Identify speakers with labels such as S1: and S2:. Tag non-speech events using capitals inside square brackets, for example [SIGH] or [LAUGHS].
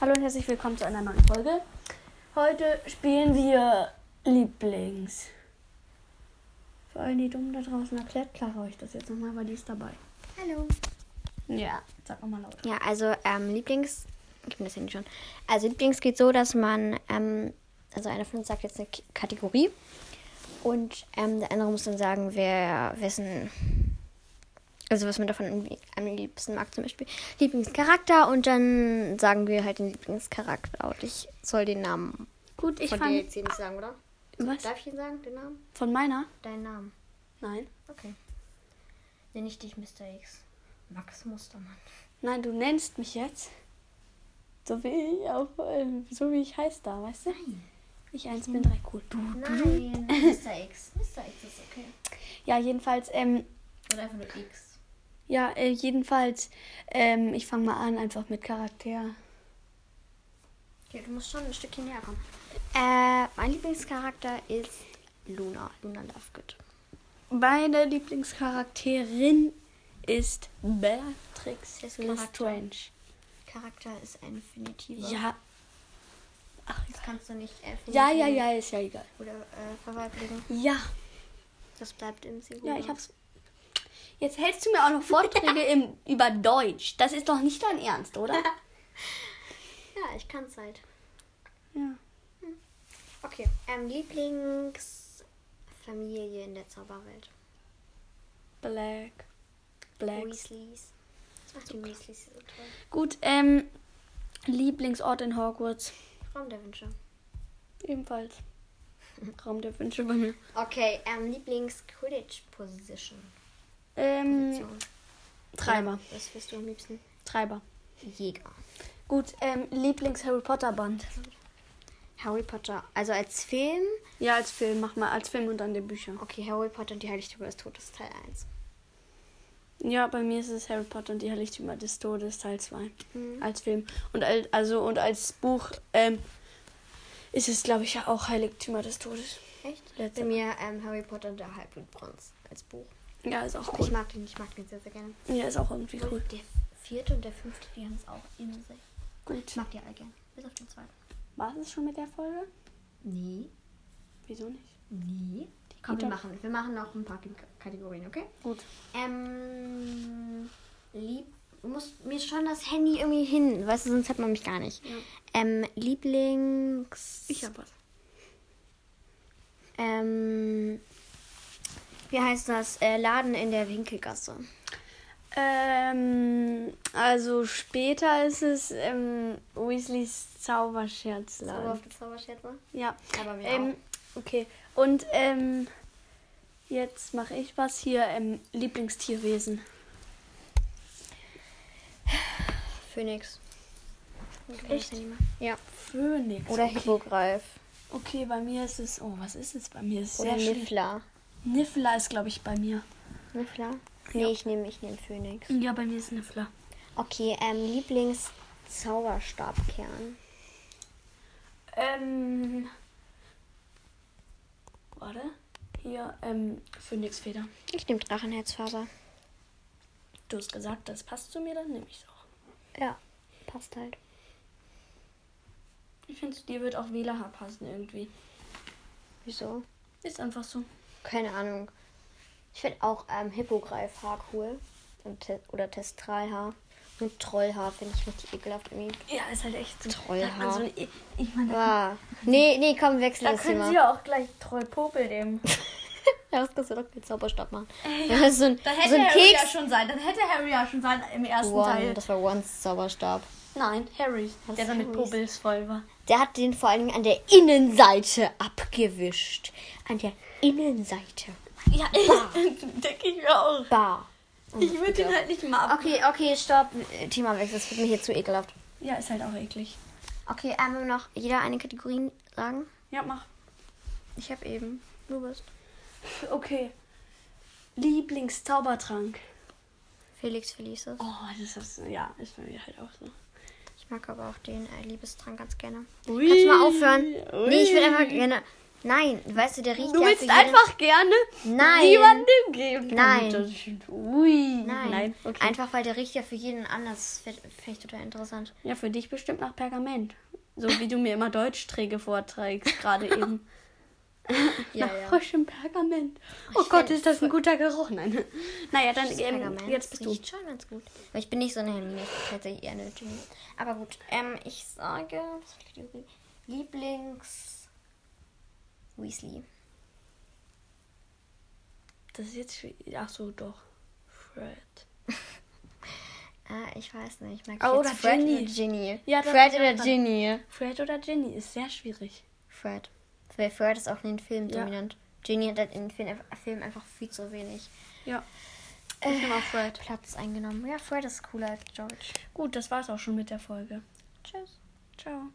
S1: Hallo und herzlich willkommen zu einer neuen Folge. Heute spielen wir Lieblings. Für all die Dummen da draußen erklärt Clara euch das jetzt nochmal, weil die ist dabei.
S2: Hallo.
S1: Ja, sag nochmal laut.
S2: Ja, also ähm, Lieblings. Gib mir das Handy schon. Also Lieblings geht so, dass man, ähm, also einer von uns sagt jetzt eine K Kategorie und ähm, der andere muss dann sagen, wer wessen, also was man davon am lie- am liebsten mag, zum Beispiel Lieblingscharakter und dann sagen wir halt den Lieblingscharakter und ich soll den Namen
S1: Gut, ich
S2: von dir
S1: fange.
S2: jetzt hier nicht sagen, oder?
S1: Was?
S2: Darf ich ihn sagen, den Namen?
S1: Von meiner?
S2: Deinen Namen.
S1: Nein.
S2: Okay. Nenn ich dich Mr. X. Max Mustermann.
S1: Nein, du nennst mich jetzt. So wie ich auch, äh, so wie ich heiß da, weißt du? Ich eins bin drei cool. Du.
S2: [LAUGHS]
S3: Nein, Mr. X. Mr. X ist okay.
S1: Ja, jedenfalls, ähm,
S3: Oder einfach nur X.
S1: ja, äh, jedenfalls, ähm, ich fange mal an, einfach mit Charakter.
S2: Okay, du musst schon ein Stückchen näher kommen. Äh, mein Lieblingscharakter ist Luna. Luna Lovegood.
S1: Meine Lieblingscharakterin ist Bellatrix
S2: Ist
S1: Lestrange.
S2: Charakter ist ein Finitiver.
S1: Ja. Ach,
S2: Das kannst du nicht äh,
S1: ja, ja,
S2: finitiven
S1: ja, ist ja egal.
S2: Oder äh, verweibligen.
S1: Ja,
S2: Das bleibt im Singular.
S1: ja, ich hab's. Jetzt hältst du mir auch noch Vorträge im, über Deutsch. Das ist doch nicht dein Ernst, oder?
S2: Ja, ich kann's halt.
S1: ja.
S2: Okay. Ähm, Lieblingsfamilie in der Zauberwelt.
S1: Black. Blacks.
S2: Weasleys. Ach, die Weasleys sind so toll.
S1: Gut, ähm, Lieblingsort in Hogwarts.
S2: Raum der Wünsche.
S1: Ebenfalls. Raum der Wünsche bei mir.
S2: Okay, ähm, Lieblings-Quidditch-Position.
S1: Ähm,
S2: Hm,
S1: Treiber.
S2: Was wirst du am liebsten?
S1: Treiber.
S2: Jäger.
S1: Gut, ähm, Lieblings-Harry Potter-Band.
S2: Harry Potter. Also als Film.
S1: Ja, als Film, mach mal als Film und dann die Bücher.
S2: Okay, Harry Potter und die Heiligtümer des Todes, Teil 1.
S1: Ja, bei mir ist es Harry Potter und die Heiligtümer des Todes, Teil 2.
S2: Hm,
S1: Als Film. Und als, also und als Buch ähm, ist es, glaube ich, ja auch Heiligtümer des Todes.
S2: Echt?
S1: Letzter.
S2: Bei mir ähm, Harry Potter und der Halbblutprinz als Buch.
S1: Ja, ist auch
S2: Ich
S1: cool.
S2: mag den, ich mag den sehr, sehr gerne.
S1: Ja, ist auch irgendwie cool.
S3: Der vierte und der fünfte, die haben es auch in sich. Ich
S1: Gut.
S3: mag die alle gern. Bis auf den zweiten.
S1: War es schon mit der Folge?
S3: Nee,
S1: Wieso nicht?
S3: nee. Komm,
S1: geht
S3: wir
S1: doch.
S3: machen. Wir machen noch ein paar K- Kategorien, okay?
S1: Gut.
S2: Ähm, lieb. Du musst mir schon das Handy irgendwie hin, weißt du, sonst hat man mich gar nicht.
S1: Ja.
S2: Ähm, Lieblings.
S1: Ich hab was.
S2: Ähm, wie heißt das? Äh, Laden in der Winkelgasse.
S1: Ähm, also später ist es ähm, Weasleys Zauberscherzladen.
S2: die Zauberschätze.
S1: Ja.
S2: Aber mir
S1: Ähm, okay. Und ähm, jetzt mache ich was hier. Ähm, Lieblingstierwesen.
S2: auch. Phoenix.
S1: Echt?
S2: Ja.
S1: Phönix.
S2: Oder Hippogreif.
S1: Okay, bei mir ist es. Oh, was ist es bei mir? Ist
S2: Oder
S1: sehr schlecht.
S2: Niffler.
S1: Niffler ist, glaube ich, bei mir.
S2: Niffler?
S1: Ja.
S2: Nee, ich nehme ich nehm Phoenix.
S1: Ja, bei mir ist Niffler.
S2: Okay, ähm, Lieblingszauberstabkern.
S1: Ähm. Warte. Hier, ähm, Phönixfeder.
S2: Ich nehme Drachenherzfaser.
S1: Du hast gesagt, das passt zu mir, dann nehme ich es auch.
S2: Ja, passt halt.
S1: Ich finde, zu dir wird auch Wählerhaar passen irgendwie.
S2: Wieso?
S1: Ist einfach so.
S2: Keine Ahnung. Ich finde auch ähm, Hippogreifhaar cool. Und te oder Testralhaar. Und Trollhaar finde ich richtig ekelhaft irgendwie.
S1: Ja, ist halt echt so.
S2: Trollhaar.
S1: Da hat man so ein- ich meine,
S2: Ah. Nee, nee, komm, wechsel
S1: da
S2: ne? das
S1: können
S2: Thema.
S1: sie ja auch gleich Trollpopel
S2: [LAUGHS]
S1: nehmen.
S2: Ja, das kannst du doch mit Zauberstab machen. [LAUGHS] Das ist so ein,
S1: Dann hätte
S2: so ein
S1: Harry ja
S2: Keks.
S1: schon sein. Dann hätte Harry ja schon sein im ersten
S2: One,
S1: Teil.
S2: das war Ones Zauberstab.
S1: Nein, Harry,
S2: Was
S1: der dann mit
S2: Harrys?
S1: Popels voll war.
S2: Der hat den vor allem an der Innenseite abgewischt. An der Innenseite.
S1: [LAUGHS] Ja, denke ich mir auch.
S2: Bar.
S1: Ich würde ihn halt nicht mal ab.
S2: Okay, okay, stopp. Äh, Themawechsel, das wird mir hier zu ekelhaft.
S1: Ja, ist halt auch eklig.
S2: Okay, einmal noch jeder eine Kategorie sagen.
S1: Ja, mach.
S2: Ich habe eben. Du bist.
S1: Okay. Lieblingszaubertrank.
S2: Felix Felices.
S1: Oh, das ist, ja, ist bei mir halt auch so.
S2: Ich mag aber auch den äh, Liebestrank ganz gerne.
S1: Ui,
S2: Kannst du mal aufhören?
S1: ui.
S2: Nee, ich will einfach gerne. Nein, weißt du, der riecht
S1: Du
S2: ja für
S1: willst
S2: jeden-
S1: einfach gerne
S2: Nein.
S1: niemandem geben.
S2: Nein.
S1: Das ist- Ui.
S2: Nein.
S1: Okay.
S2: Einfach weil der riecht ja für jeden anders. Das fänd- Fände ich total interessant.
S1: Ja, für dich bestimmt nach Pergament. So wie du mir immer Deutschträge vorträgst, gerade
S2: [LAUGHS]
S1: eben.
S2: Ja,
S1: nach
S2: ja.
S1: frischem Pergament. Oh
S2: Ich
S1: Gott,
S2: fänd-
S1: ist das ein guter Geruch.
S2: [LAUGHS]
S1: Nein. Naja, dann
S2: Das
S1: ähm,
S2: Pergament
S1: jetzt bist du.
S2: riecht schon ganz gut. Aber ich bin nicht so eine Hermine, ich bin tatsächlich eher eine Ginny. Aber gut, ähm, ich sage, was für Kategorie? Lieblings Weasley.
S1: Das ist jetzt schwierig. Ach so, doch. Fred.
S2: Ah, ich weiß nicht, ich mag
S1: Ah,
S2: jetzt
S1: oder
S2: Fred
S1: Ginny.
S2: oder Ginny.
S1: Ja, das
S2: Fred
S1: hab ich
S2: oder
S1: auch gerade.
S2: Ginny.
S1: Fred oder Ginny ist sehr schwierig.
S2: Fred. Weil Fred ist auch in den Filmen
S1: Ja.
S2: dominant. Ginny hat halt in den Film- Filmen einfach viel zu wenig
S1: Ja.
S2: Äh.
S1: Ich nehme auch Fred.
S2: Platz eingenommen. Ja, Fred ist cooler als George.
S1: Gut, das war's auch schon mit der Folge.
S2: Tschüss.
S1: Ciao.